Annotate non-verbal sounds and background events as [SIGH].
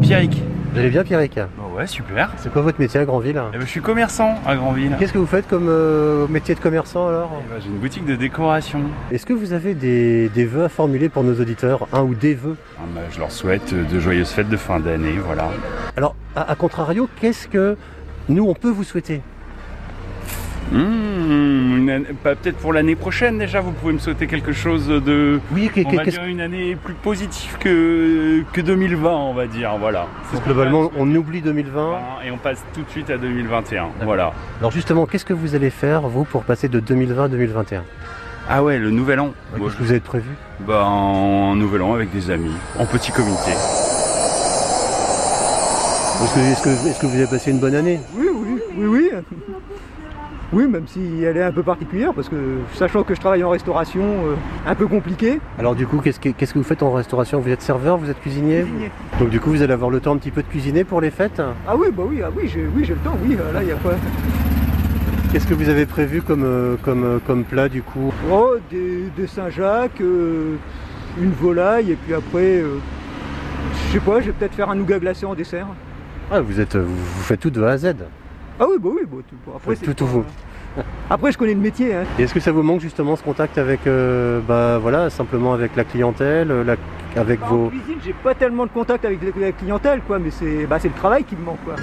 Pierrick. Vous allez bien, Pierrick Bah ouais, super. C'est quoi votre métier à Grandville Eh ben, je suis commerçant à Granville. Qu'est-ce que vous faites comme euh, métier de commerçant alors Eh ben, J'ai une boutique de décoration. Est-ce que vous avez des, des vœux à formuler pour nos auditeurs Un ou des vœux Ah, ben, je leur souhaite de joyeuses fêtes de fin d'année, voilà. Alors, à, à contrario, qu'est-ce que nous, on peut vous souhaiter Hmm, une année- pas peut-être pour l'année prochaine déjà, vous pouvez me souhaiter quelque chose de... Oui, qu'est- On va qu'est-ce dire une année plus positive que, que 2020, on va dire, voilà. que globalement, on oublie 2020 Et on passe tout de suite à 2021, voilà. Alors justement, qu'est-ce que vous allez faire, vous, pour passer de 2020 à 2021 Ah ouais, le nouvel an. Moi, Qu'est-ce que vous avez prévu Bah, en nouvel an avec des amis, en petit comité. Est-ce que, est-ce que- est-ce que vous avez passé une bonne année Oui, oui, oui, oui. Oui, même si elle est un peu particulière, parce que sachant que je travaille en restauration, euh, un peu compliqué. Alors du coup, qu'est-ce que, qu'est-ce que vous faites en restauration Vous êtes serveur, vous êtes cuisinier Donc du coup, vous allez avoir le temps un petit peu de cuisiner pour les fêtes Ah oui, bah oui, ah oui, j'ai oui, j'ai le temps, oui, euh, là, il y a pas. Qu'est-ce que vous avez prévu comme, euh, comme, euh, comme plat du coup Oh, des, des Saint-Jacques, euh, une volaille, et puis après, euh, je sais pas, je vais peut-être faire un nougat glacé en dessert. Ah, vous, êtes, vous, vous faites tout de A à Z. Ah oui, bah oui, bah, tout, bah, après, Faites c'est tout pas- au vous. [LAUGHS] Après, je connais le métier, hein. Et est-ce que ça vous manque justement ce contact avec, euh, bah voilà, simplement avec la clientèle, euh, la- avec Bah, En vos... cuisine, j'ai pas tellement de contact avec la- la clientèle, quoi, mais c'est bah, c'est le travail qui me manque, quoi.